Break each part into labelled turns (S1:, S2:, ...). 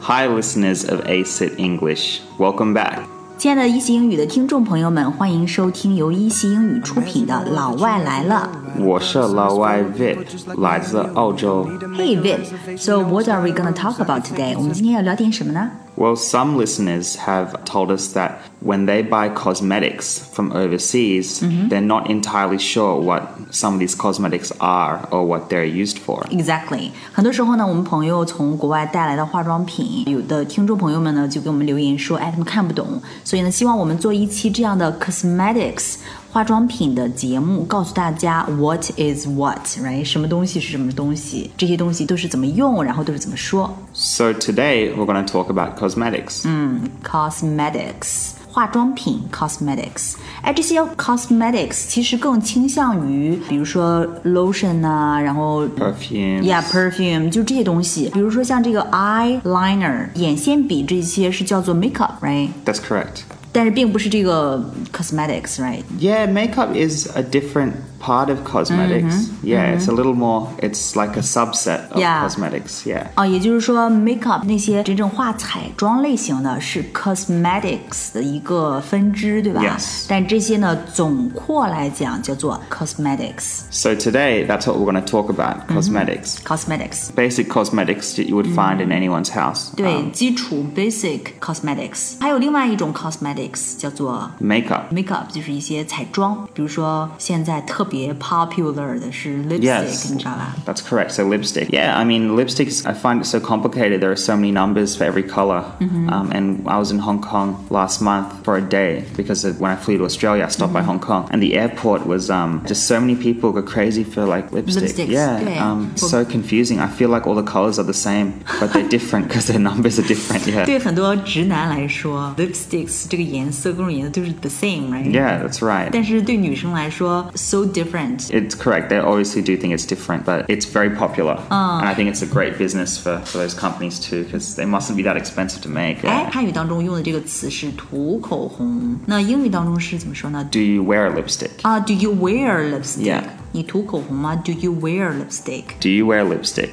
S1: Hi, listeners of ACIT English. Welcome back.
S2: 亲爱的一席英语的听众朋友们，欢迎收听由一席英语出品的《老外来了》。
S1: 我是老外 Vip，来自澳洲。
S2: Hey Vin, so what are we gonna talk about today? 我们今天要聊点什么呢？
S1: Well, some listeners have told us that when they buy cosmetics from overseas,
S2: Mm-hmm.
S1: they're not entirely sure what some of these cosmetics are or what they're used for.
S2: Exactly，很多时候呢，我们朋友从国外带来的化妆品，有的听众朋友们呢就给我们留言说，哎，他们看不懂，所以呢，希望我们做一期这样的 cosmetics 化妆品的节目，告诉大家 what is what，right？什么东西是什么东西，这些东西都是怎么用，然后都是怎么说。
S1: So today we're going to talk about cosmetics.
S2: Mm. cosmetics 化妆品 cosmetics，哎，这些 cosmetics 其实更倾向于，比如说 lotion 啊，然后
S1: Perfumes.
S2: yeah perfume 就这些东西，比如说像这个 eyeliner 眼线笔这些是叫做 makeup right，
S1: That's correct.
S2: 但是并不是这个 cosmetics right。
S1: Yeah, makeup is a different part of cosmetics. Yeah, it's a little more, it's like a subset of
S2: Mm-hmm. Yeah.
S1: cosmetics. Yeah.
S2: 啊，也就是说，makeup 那些真正画彩妆类型的是 cosmetics 的一个分支，对吧
S1: Yes
S2: 但这些呢，总括来讲叫做 cosmetics。
S1: So today that's what we're going to talk about
S2: Mm-hmm.
S1: cosmetics.
S2: cosmetics
S1: Basic cosmetics that you would find
S2: Mm.
S1: in anyone's house.
S2: 对，
S1: Um,
S2: 基础 basic cosmetics，还有另外一种 cosmetics 叫做
S1: makeup.
S2: makeup，就是一些彩妆，比如说现在特别 popular 的是 lipstick，、
S1: Yes
S2: 你知道吧？
S1: That's correct. So lipstick. Yeah, I mean lipsticks. I find it so complicated. There are so many numbers for every color.
S2: Mm-hmm.
S1: Um, and I was in Hong Kong last month for a day because of when I flew to Australia, I stopped by
S2: Mm-hmm.
S1: Hong Kong, and the airport was um, just so many people go crazy for like lipstick.
S2: Lipsticks,
S1: Yeah,
S2: yeah.
S1: Um, it's so confusing. I feel like all the colors are the same, but they're different because their numbers are different. Yeah.
S2: 对很多直男来说，lipsticks 这个颜色各种颜色都是 the same，right？、
S1: Yeah, that's right.
S2: 但是对女生来说，so different。
S1: It's correct. They obviously do think it's different, but it's very popular. And I think it's a great business for, for those companies too, because they mustn't be that expensive to make.
S2: 哎，汉语当中用的这个词是涂口红，那英语当中是怎么说呢？
S1: Do you wear a lipstick?
S2: 啊、d o you wear lipstick？、
S1: Yeah
S2: 你涂口红吗？Do you wear lipstick？Of
S1: Do you wear lipstick?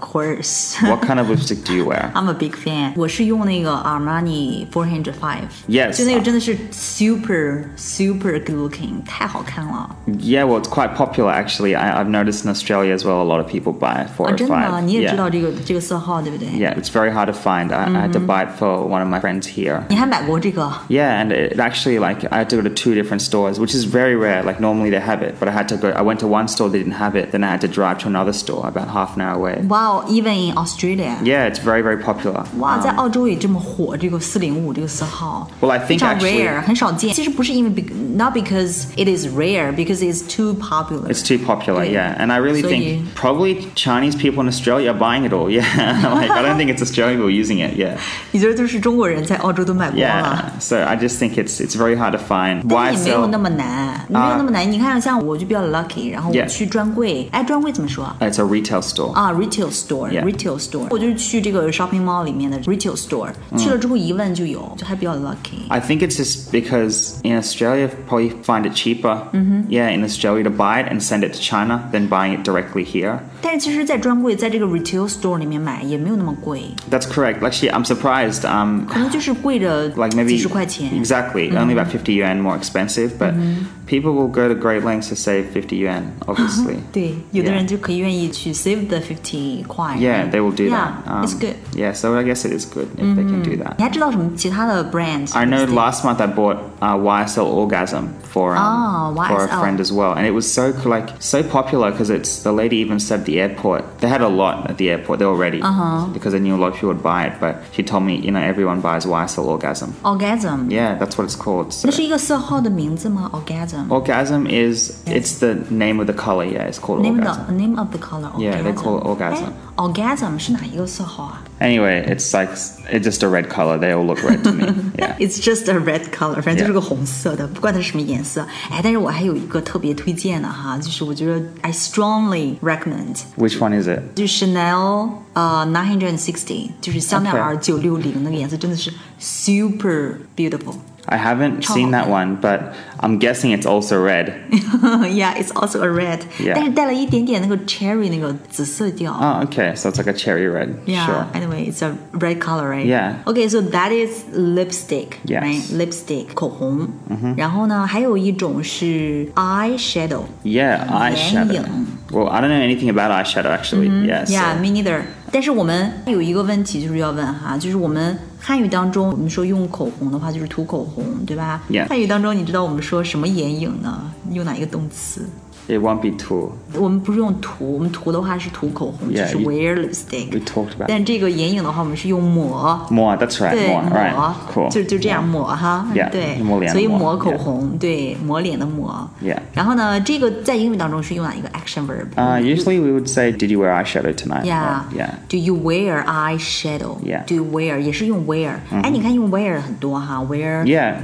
S2: course。
S1: What kind of lipstick do you wear?
S2: I'm a big fan，我是用那个 Armani Four Hundred Five。
S1: Yes
S2: 就那个真的是 super super good looking，太好看了
S1: Yeah, well, it's quite popular actually. I, I've noticed in Australia as well, a lot of people buy it. Four
S2: 啊！
S1: or
S2: 真的吗？
S1: five.
S2: 你也知
S1: yeah.
S2: 道这个这个色号对不对
S1: yeah, it's very hard to find. I, I had to buy it for one of my friends here.
S2: 你还买过这个？
S1: Yeah, and it actually like I had to go to two different stores, which is very rare. Like normally they have it, but I had to go. I went to one store, they didn't have it. Then I had to drive to another store about half an hour away.
S2: Wow, even in Australia.
S1: Yeah, it's very very popular.
S2: 哇，
S1: Um,
S2: 在澳洲也这么火，这个四零五这个色号
S1: Well, I think
S2: 非常
S1: actually-
S2: rare，很少见。其实不是因为 be- not because it is rare，because it's too popular。
S1: it's too popular,
S2: Yeah.
S1: yeah. And I really
S2: So
S1: think
S2: you-
S1: probably Chinese people in Australia are buying it all. Yeah, like I don't think it's Australian people using it. Yeah,
S2: 你觉得都是中国人在澳洲都买光
S1: yeah.
S2: 了？
S1: So I just think it's it's very hard to find.
S2: 但
S1: Why
S2: 是也没有
S1: sell?
S2: 那么难，没
S1: 啊
S2: 有那么难。你看，像我就比较 lucky，然后我
S1: Yeah
S2: 去专柜，哎，专柜怎么说啊
S1: It's a retail store.
S2: 啊？retail store，retail store，我就是去这个 shopping mall 里面的 retail store，去了
S1: 嗯
S2: 之后一问就有，就还比较 lucky。
S1: I think it's just because in Australia, you probably find it cheaper. Mm-hmm. Yeah, in Australia to buy it and send it to China than buying it directly here.
S2: 但是其实，在专柜，在这个 retail store 里面买也没有那么贵，
S1: That's correct. Actually, I'm surprised. Um,
S2: 可能就是贵着
S1: like
S2: 几
S1: maybe
S2: 十块钱。
S1: exactly only about 50 yuan more expensive, but
S2: Mm-hmm.
S1: people will go to great lengths to save 50 yuan. Obviously,
S2: 对，有的
S1: Yeah
S2: 人就可以愿意去 save the fifty 块。
S1: yeah, they will do that. Um,
S2: Yeah, it's good. Mm-hmm.
S1: Yeah, so I guess it is good if they can do that.
S2: 你还知道什么其他的 brand？
S1: I know last month I bought uh, YSL Orgasm for um,
S2: Oh,
S1: for a
S2: YSL.
S1: friend as well, and it was so co- like so popular because it's the lady even said the airport they had a lot at the airport they were ready
S2: Uh-huh.
S1: because they knew a lot of people would buy it, but she told me you know everyone buys YSL Orgasm.
S2: orgasm，
S1: Yeah, that's what it's called. So.
S2: 那是一个色号的名字吗？orgasm。
S1: Orgasm is it's the name of the color. Yeah, it's called
S2: Name
S1: orgasm.
S2: the name of the color.
S1: Yeah, they call it orgasm.
S2: orgasm. 哎 orgasm 是哪一个色号啊
S1: Anyway, it's like it's just a red color. They all look red to me. Yeah.
S2: ？It's just a red color，反
S1: Yeah.
S2: 正就是个红色的，不管它是什么颜色。哎，但是我还有一个特别推荐的哈，就是我觉得 I strongly recommend，
S1: Which one is it?
S2: 就是 Chanel 呃 nine hundred sixty，就是香奈
S1: Okay.
S2: 儿九六零那个颜色，真的是 super beautiful。
S1: I haven't
S2: Chong.
S1: seen that one, but I'm guessing it's also red.
S2: yeah, it's also a red，、
S1: Yeah.
S2: 但是带了一点点那个 cherry 那个紫色调。
S1: Oh, okay. So it's like a cherry red.
S2: Yeah.
S1: Sure.
S2: Anyway, it's a red color, right?
S1: Yeah.
S2: Okay, so that is lipstick,
S1: Yes. Mm-hmm.
S2: right? Lipstick 口红。然后呢，还有一种是 eye shadow。
S1: Yeah, eyeshadow. Well, I don't know anything about eyeshadow actually. Yeah. so-
S2: Yeah, me neither. 但是我们有一个问题就是要问哈，就是我们汉语当中我们说用口红的话就是涂口红，对吧
S1: Yeah
S2: 汉语当中你知道我们说什么眼影呢？用哪一个动词？
S1: it won't be too.
S2: 我们不是用涂，我们涂的话是涂口红
S1: Yeah，
S2: 就是
S1: you-
S2: wear
S1: We
S2: lipstick。
S1: talked about
S2: 但这个眼影的话，我们是用抹。
S1: more. That's right.
S2: 对，
S1: More. Right.
S2: 抹
S1: Cool.
S2: 就就这样抹哈嗯
S1: Yeah，
S2: 对，
S1: 抹脸的
S2: 所以
S1: 抹
S2: 抹口
S1: yeah
S2: 红，对，抹脸的抹。
S1: Yeah
S2: 然后呢，这个在英语当中是用哪一个 action verb？
S1: Uh, usually we would say, "Did you wear eyeshadow tonight?"
S2: Yeah.
S1: Or- yeah.
S2: Do you wear eyeshadow?
S1: Yeah. 嗯
S2: Do you wear 也是用 wear？哎，你看用 wear 很多哈，wear
S1: Yeah.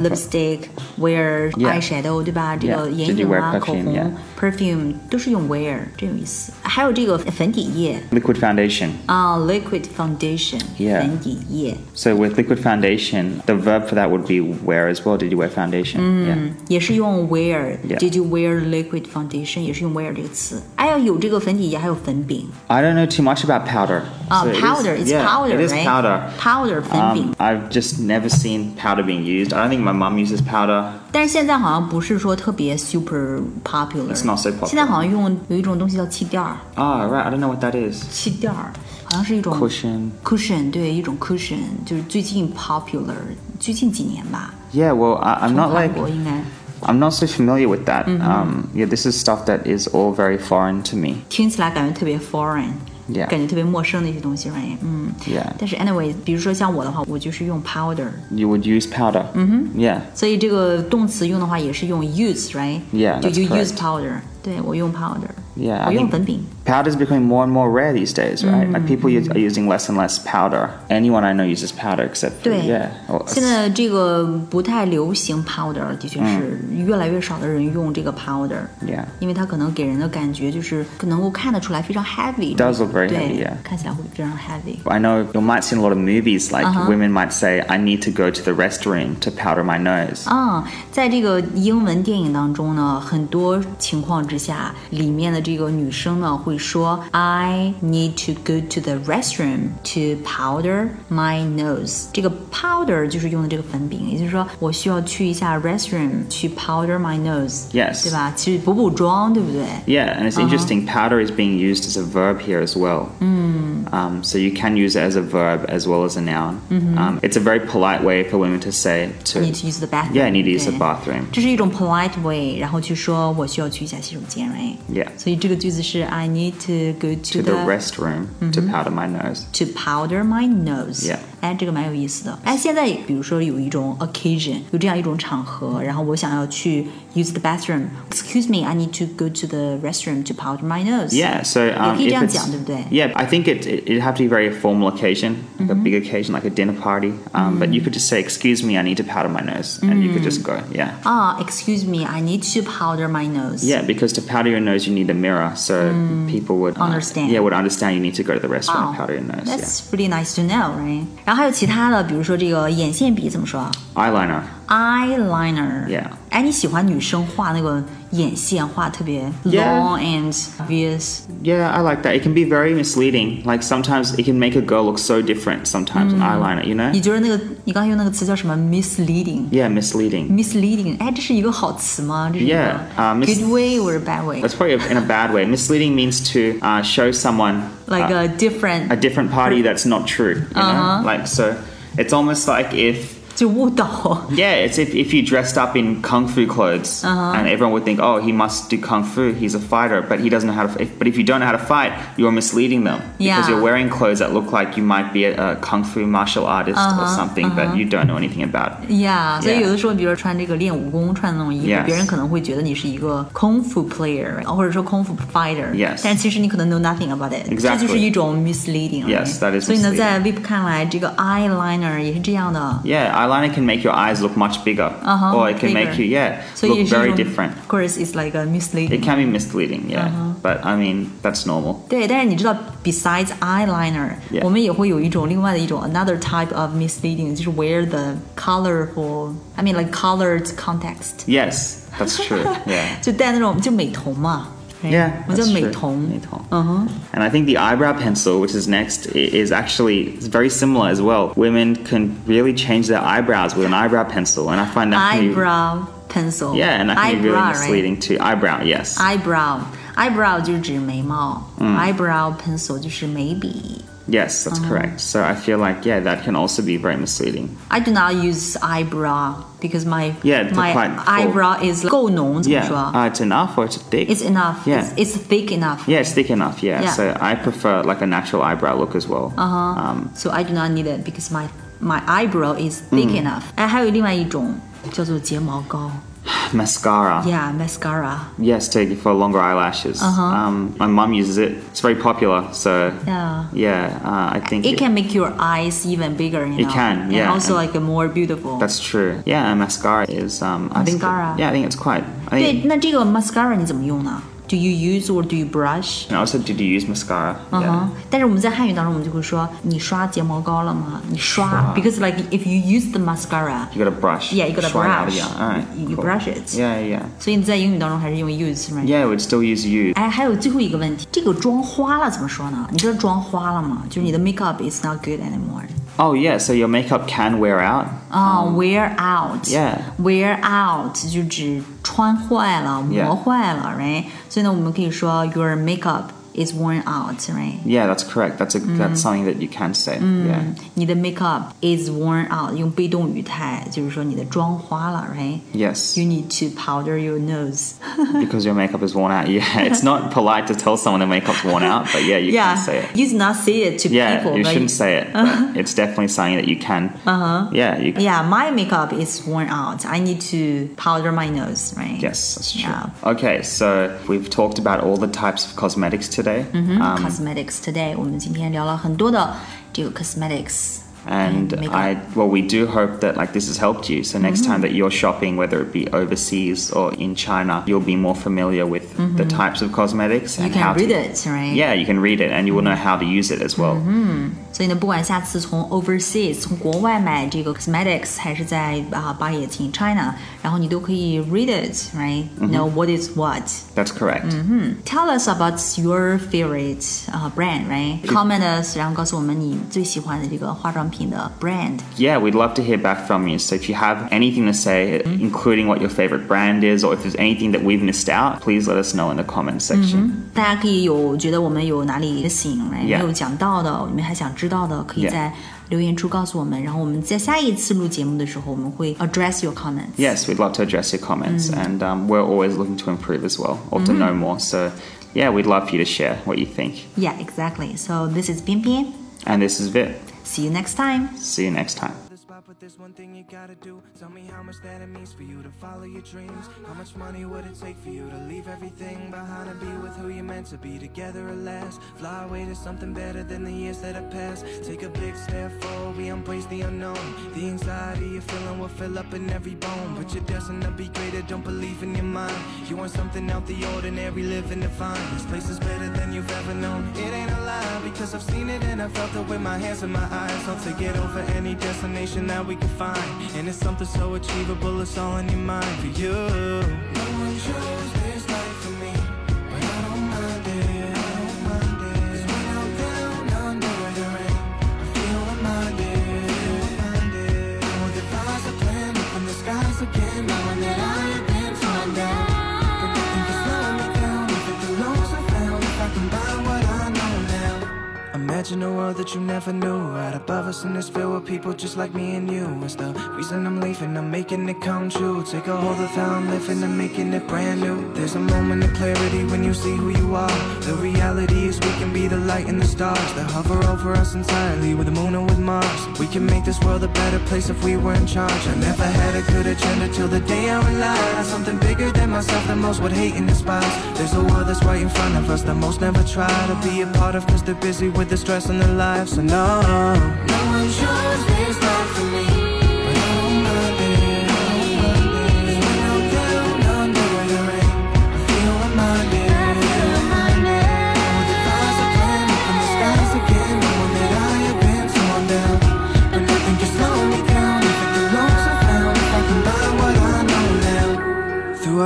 S2: lipstick，wear
S1: Yeah.
S2: eyeshadow，对吧？这个
S1: Did
S2: 眼
S1: you
S2: 影
S1: wear
S2: 啊、
S1: perfume?
S2: 口红
S1: Yeah.、
S2: perfume 都是用 wear，真有意思。还有这个粉底液
S1: Liquid foundation.
S2: 啊，liquid foundation，
S1: Yeah.
S2: 粉底液
S1: So with liquid foundation, the verb for that would be wear as well. Did you wear foundation? Yeah.
S2: 也是用 wear。
S1: Yeah.
S2: Did you wear liquid foundation？也是用 wear 这个词。哎呀，有这个粉底液，还有粉饼
S1: I don't know too much about powder.
S2: 啊
S1: So it is-
S2: ，powder，it's
S1: yeah, It is
S2: powder，right？
S1: powder.
S2: powder 粉
S1: Um,。
S2: 饼
S1: I've just never seen powder being used. I don't think my mum uses powder.
S2: 但是现在好像不是说特别 super popular。
S1: It's not so popular.
S2: 现在好像用有一种东西叫气垫儿，
S1: Ah, right. I don't know what that is.
S2: 气垫儿好像是一种
S1: Cushion.
S2: cushion，对，一种 cushion，就是最近 popular，最近几年吧，
S1: Yeah. Well, I, I'm
S2: 从
S1: not
S2: 韩
S1: like
S2: 国应该
S1: I'm not so familiar with that.
S2: Mm-hmm.
S1: Um, yeah, this is stuff that is all very foreign to me.
S2: 听起来感觉特别 foreign。
S1: Yeah.
S2: 感觉特别陌生的一些东西，right？嗯
S1: Yeah.
S2: 但是 anyway，比如说像我的话，我就是用 powder，
S1: You would use powder. Mm-hmm. Yeah.
S2: 所以这个动词用的话也是用 use，right？
S1: Yeah,
S2: Do
S1: that's
S2: you use
S1: correct. 啊
S2: powder？对我用 powder，
S1: Yeah, I
S2: 我用
S1: think-
S2: 粉饼。
S1: Powder's becoming more and more rare these days, right?
S2: Mm.
S1: Like people use, are using less and less powder. Anyone I know uses powder except for
S2: 对
S1: yeah. Or,
S2: 现在这个不太流行 powder，的确是
S1: 嗯
S2: 越来越少的人用这个 powder，、
S1: yeah.
S2: 因为它可能给人的感觉就是能够看得出来非常 heavy，
S1: does look very
S2: 对
S1: heavy, yeah.
S2: 看起来会非常 heavy。
S1: I know you might see in a lot of movies like
S2: Uh-huh.
S1: women might say, I need to go to the restroom to powder my nose.
S2: 啊、在这个英文电影当中呢，很多情况之下，里面的这个女生呢会说，I need to go to the restroom to powder my nose。这个 powder 就是用的这个粉饼，也就是说我需要去一下 restroom 去 powder my nose。
S1: Yes.
S2: 对吧？其实补补妆，对不对？
S1: Yeah, and it's interesting. Powder is being used as a verb here as well. Um, so you can use it as a verb as well as a noun. Um, it's a very polite way for women to say to.
S2: need to use the bathroom.
S1: yeah, I need to use the
S2: 对
S1: bathroom.
S2: 这是一种 polite way，然后去说我需要去一下洗手间，right？
S1: Yeah.
S2: 所以这个句子是 I need to go to
S1: To the Mm-hmm. restroom
S2: the
S1: to powder my nose.
S2: to powder my nose。
S1: Yeah.
S2: 哎，这个蛮有意思的。哎，现在比如说有一种 occasion，有这样一种场合，然后我想要去 use the bathroom。Excuse me, I need to go to the restroom to powder my nose。
S1: Yeah, so um,
S2: 也可以这样
S1: if it's-
S2: 讲，对不对？
S1: yeah, I think it it- it'd have to be very a formal occasion, like a big occasion, like a dinner party. Um, But you could just say, "Excuse me, I need to powder my nose," and you could just go, yeah,
S2: 啊、e x c u s e me, I need to powder my nose。
S1: yeah, because to powder your nose you need a mirror, so people would uh,
S2: Hmm. Understand. Oh,
S1: yeah, would understand you need to go to the restaurant and powder your nose.
S2: That's pretty nice to know, right？然后还有其他的，比如说这个眼线笔怎么说啊？
S1: yeah, eyeliner.
S2: eyeliner。
S1: Yeah.
S2: 哎，你喜欢女生画那个眼线，画特别
S1: Yeah.
S2: long and obvious。
S1: Yeah, I like that. It can be very misleading. Like sometimes it can make a girl look so different. Sometimes an
S2: Hmm.
S1: eyeliner, you know?
S2: 你觉得那个你刚才用那个词叫什么？misleading。
S1: Yeah, misleading.
S2: misleading，哎，这是一个好词吗？这是一个
S1: Yeah, 啊，mis-
S2: good way or bad way?
S1: That's probably in a bad way. Misleading means to uh, show someone
S2: Like
S1: uh,
S2: a different，、
S1: a different party that's not true. You know?
S2: Uh-huh.
S1: Like so, it's almost like if
S2: 就误导。
S1: yeah, it's if, if you dressed up in kung fu clothes
S2: Uh-huh.
S1: and everyone would think, oh, he must do kung fu. He's a fighter, but he doesn't know how to. If, but if you don't know how to fight, you're misleading them
S2: Yeah.
S1: because you're wearing clothes that look like you might be a, a kung fu martial artist or
S2: Uh-huh,
S1: something, but you don't know anything about.
S2: Yeah，所以
S1: Yeah.
S2: 有的时候，比如说穿这个练武功穿的那种衣服
S1: Yes.
S2: 别人可能会觉得你是一个空腹 player，或者说空腹 fighter。
S1: Yes.
S2: 但其实你可能 know nothing about it。
S1: Exactly.
S2: 这就是一种 misleading。哎
S1: Yes, that is
S2: 所以呢，
S1: misleading.
S2: 在 Vip 看来，这个 eyeliner 也是这样的。
S1: Yeah, eyeliner can make your eyes look much bigger,
S2: Uh-huh,
S1: or it can
S2: bigger.
S1: make you yeah
S2: 所以也
S1: look
S2: 是
S1: very
S2: 一种
S1: different.
S2: Of course, it's like a
S1: It
S2: misleading. Uh-huh.
S1: can be misleading, yeah. but I mean that's normal.
S2: 对，但是你知道，besides eyeliner，、
S1: Yeah.
S2: 我们也会有一种另外的一种 another type of misleading，就是 where the colorful，I mean like colored context，
S1: Yes, that's true. Yeah.
S2: 就戴那种就美瞳嘛。right？
S1: Yeah，
S2: 我们叫
S1: that's
S2: 美
S1: true，
S2: 瞳 Uh-huh。
S1: 美瞳。
S2: 嗯哼，
S1: And I think the eyebrow pencil, which is next, i- is actually very similar as well. Women can really change their eyebrows with an eyebrow pencil, and I find that can be-
S2: eyebrow pencil。
S1: yeah, and that can be really
S2: eyebrow right？
S1: misleading too. Eyebrow, yes.
S2: eyebrow eyebrow 就是指眉毛、e
S1: Mm。
S2: y b r o w pencil 就是眉笔。
S1: yes, that's
S2: Uh-huh.
S1: correct. So I feel like yeah, that can also be very misleading.
S2: I do not use eyebrow because my
S1: Yeah, they're
S2: my
S1: quite full.
S2: eyebrow is 够浓怎么
S1: Yeah,
S2: 说
S1: uh, it's enough or it's thick.
S2: It's enough.
S1: Yeah.
S2: It's, it's thick enough.
S1: yeah, it's thick enough. Yeah.
S2: Yeah.
S1: So I prefer like a natural eyebrow look as well.
S2: Uh-huh.
S1: Um,
S2: so I do not need it because my my eyebrow is thick
S1: Mm.
S2: enough. 哎，还有另外一种叫做睫毛膏
S1: mascara.
S2: ，Yeah, mascara.
S1: Yes, to for longer eyelashes.
S2: Uh-huh.
S1: Um, my mum uses it. It's very popular. So
S2: Yeah.
S1: yeah, uh, I think
S2: It can make your eyes even bigger. You know?
S1: It can,
S2: And
S1: yeah,
S2: also
S1: and-
S2: like more beautiful.
S1: That's true. Yeah, and mascara is. Um, I think.
S2: Mascara.
S1: Yeah, I think it's quite. I
S2: 对
S1: think.，
S2: 那这个 mascara 你怎么用呢？Do you use or do you brush?
S1: And also, did you use mascara?
S2: 嗯
S1: Yeah.
S2: 哼，但是我们在汉语当中，我们就会说你刷睫毛膏了吗？你刷，because like if you use the mascara,
S1: You got a brush.
S2: yeah, you gotta
S1: Swipe out,
S2: brush,
S1: Yeah. All right.
S2: you you
S1: cool.
S2: brush it.
S1: Yeah, yeah.
S2: 所以你在英语当中还是用 use 是吗？
S1: Yeah, we'd still use you.
S2: 哎，还有最后一个问题，这个妆花了怎么说呢？你知道妆花了吗？就是你的 makeup is not good anymore.
S1: Oh yeah, so your makeup can wear out.
S2: 啊、w e a r out。
S1: 嗯 Yeah.
S2: Wear out 就指穿坏了、
S1: Yeah.
S2: 磨坏了，right？所以呢，我们可以说 your makeup is worn out，right？
S1: Yeah, that's correct. That's a
S2: Mm-hmm.
S1: that's something that you can say.
S2: Mm.
S1: Yeah.
S2: 你的 makeup is worn out，用被动语态就是说你的妆花了，right？You
S1: Yes.
S2: need to powder your nose 。
S1: because your makeup is worn out. Yeah, it's not polite to tell someone their makeup's worn out, but yeah, you
S2: yeah,
S1: can say it.
S2: you do not say it to
S1: Yeah,
S2: people. Uh-huh.
S1: you
S2: but
S1: shouldn't say it. But it's definitely something that you can. Uh huh. Yeah, you.
S2: yeah, my makeup is worn out. I need to powder my nose, right?
S1: Yes, that's true.
S2: Yeah.
S1: Okay, so we've talked about all the types of cosmetics today,
S2: Mm-hmm.
S1: um,
S2: cosmetics today，我们今天聊了很多的这个 cosmetics。
S1: and
S2: Makeup. Mm-hmm.
S1: I well, we do hope that like this has helped you. So next time that you're shopping, whether it be overseas or in China, you'll be more familiar with the types of cosmetics
S2: Mm-hmm.
S1: and
S2: You
S1: how
S2: can read
S1: to.
S2: it, Mm-hmm. right?
S1: Yeah, you can read it, and you will know how to use it as well.
S2: 所以呢，不管下次从 overseas 从国外买这个 cosmetics，还是在啊 buy it in China，然后你都可以 read it, right?
S1: Mm-hmm.
S2: Know what is what.
S1: That's correct.
S2: Mm-hmm. Tell us about your favorite uh, brand, right? Comment us，然后告诉我们你最喜欢的这个化妆品的 brand。
S1: Yeah, we'd love to hear back from you. So if you have anything to say,
S2: Mm-hmm.
S1: including what your favorite brand is, or if there's anything that we've missed out, please let us know in the comments section.
S2: 大家可以有觉得我们有哪里 missing，right？没哎
S1: Yeah.
S2: 有讲到的，你们还想知道的，可以
S1: Yeah.
S2: 在留言处告诉我们。然后我们在下一次录节目的时候，我们会 address your comments。
S1: Yes, we'd love to address your comments, and um, we're always looking to improve as well or to know more. So, yeah, we'd love for you to share what you think.
S2: Yeah, exactly. So this is Bian Bian.
S1: And this is Vip.
S2: See you next time.
S1: See you next time.
S3: the spot, but there's one thing you gotta do. Tell me how much that it means for you to follow your dreams. How much money would it take for you to leave everything behind and be with who you're meant to be together at last? Fly away to something better than the years that have passed. Take a big step forward, we embrace the unknown. The anxiety you're feeling will fill up in every bone, but you're destined to be greater. Don't believe in your mind. You want something out the ordinary, living divine. This place is better than you've ever known. It ain't a lie because I've seen it and I felt it with my hands and my eyes. I'll take it over any destination that we can find. And it's something so achievable, it's all in your mind for you. No one chose this life for me, but I don't mind it. I don't mind it. 'Cause when I'm down under the rain, I feel reminded. Feel reminded. Oh, the stars are plan up in the skies again, knowing that I have been torn down. But nothing can slow me down if it belongs I found. If I combine what I know now. Imagine a world that you never knew. Right above us in this field with people just like me and you. It's the reason I'm leaving, I'm making it come true. Take a hold of how I'm living, I'm making it brand new. There's a moment of clarity when you see who you are. The reality is we can be the light and the stars that hover over us entirely with the moon and with Mars. We can make this world a better place if we were in charge. I never had a good agenda till the day I realized something bigger than myself that most would hate and despise. There's a world that's right in front of us that most never try to be a part of because they're busy with the stress in their lives. So no, no one chose this life for me. But I don't mind it, I don't mind it. 'Cause when I'm down under the rain, I feel reminded. I feel reminded.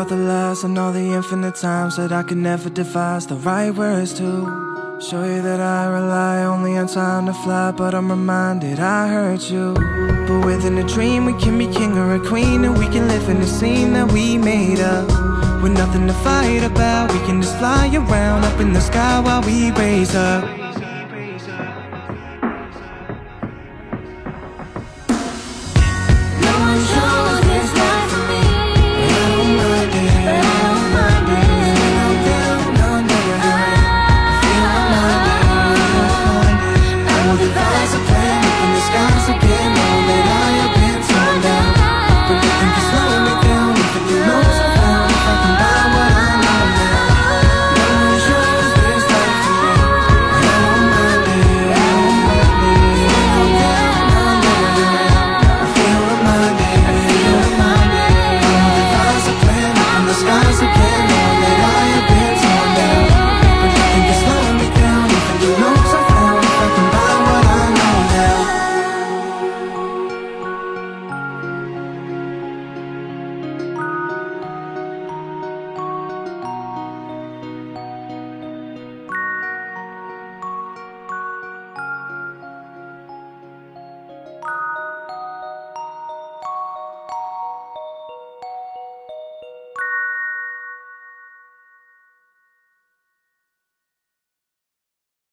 S3: the lies and all the infinite times that I could never devise the right words to show you that I rely only on time to fly, but I'm reminded I hurt you. But within a dream, we can be king or a queen, and we can live in a scene that we made up. With nothing to fight about, we can just fly around up in the sky while we raise up.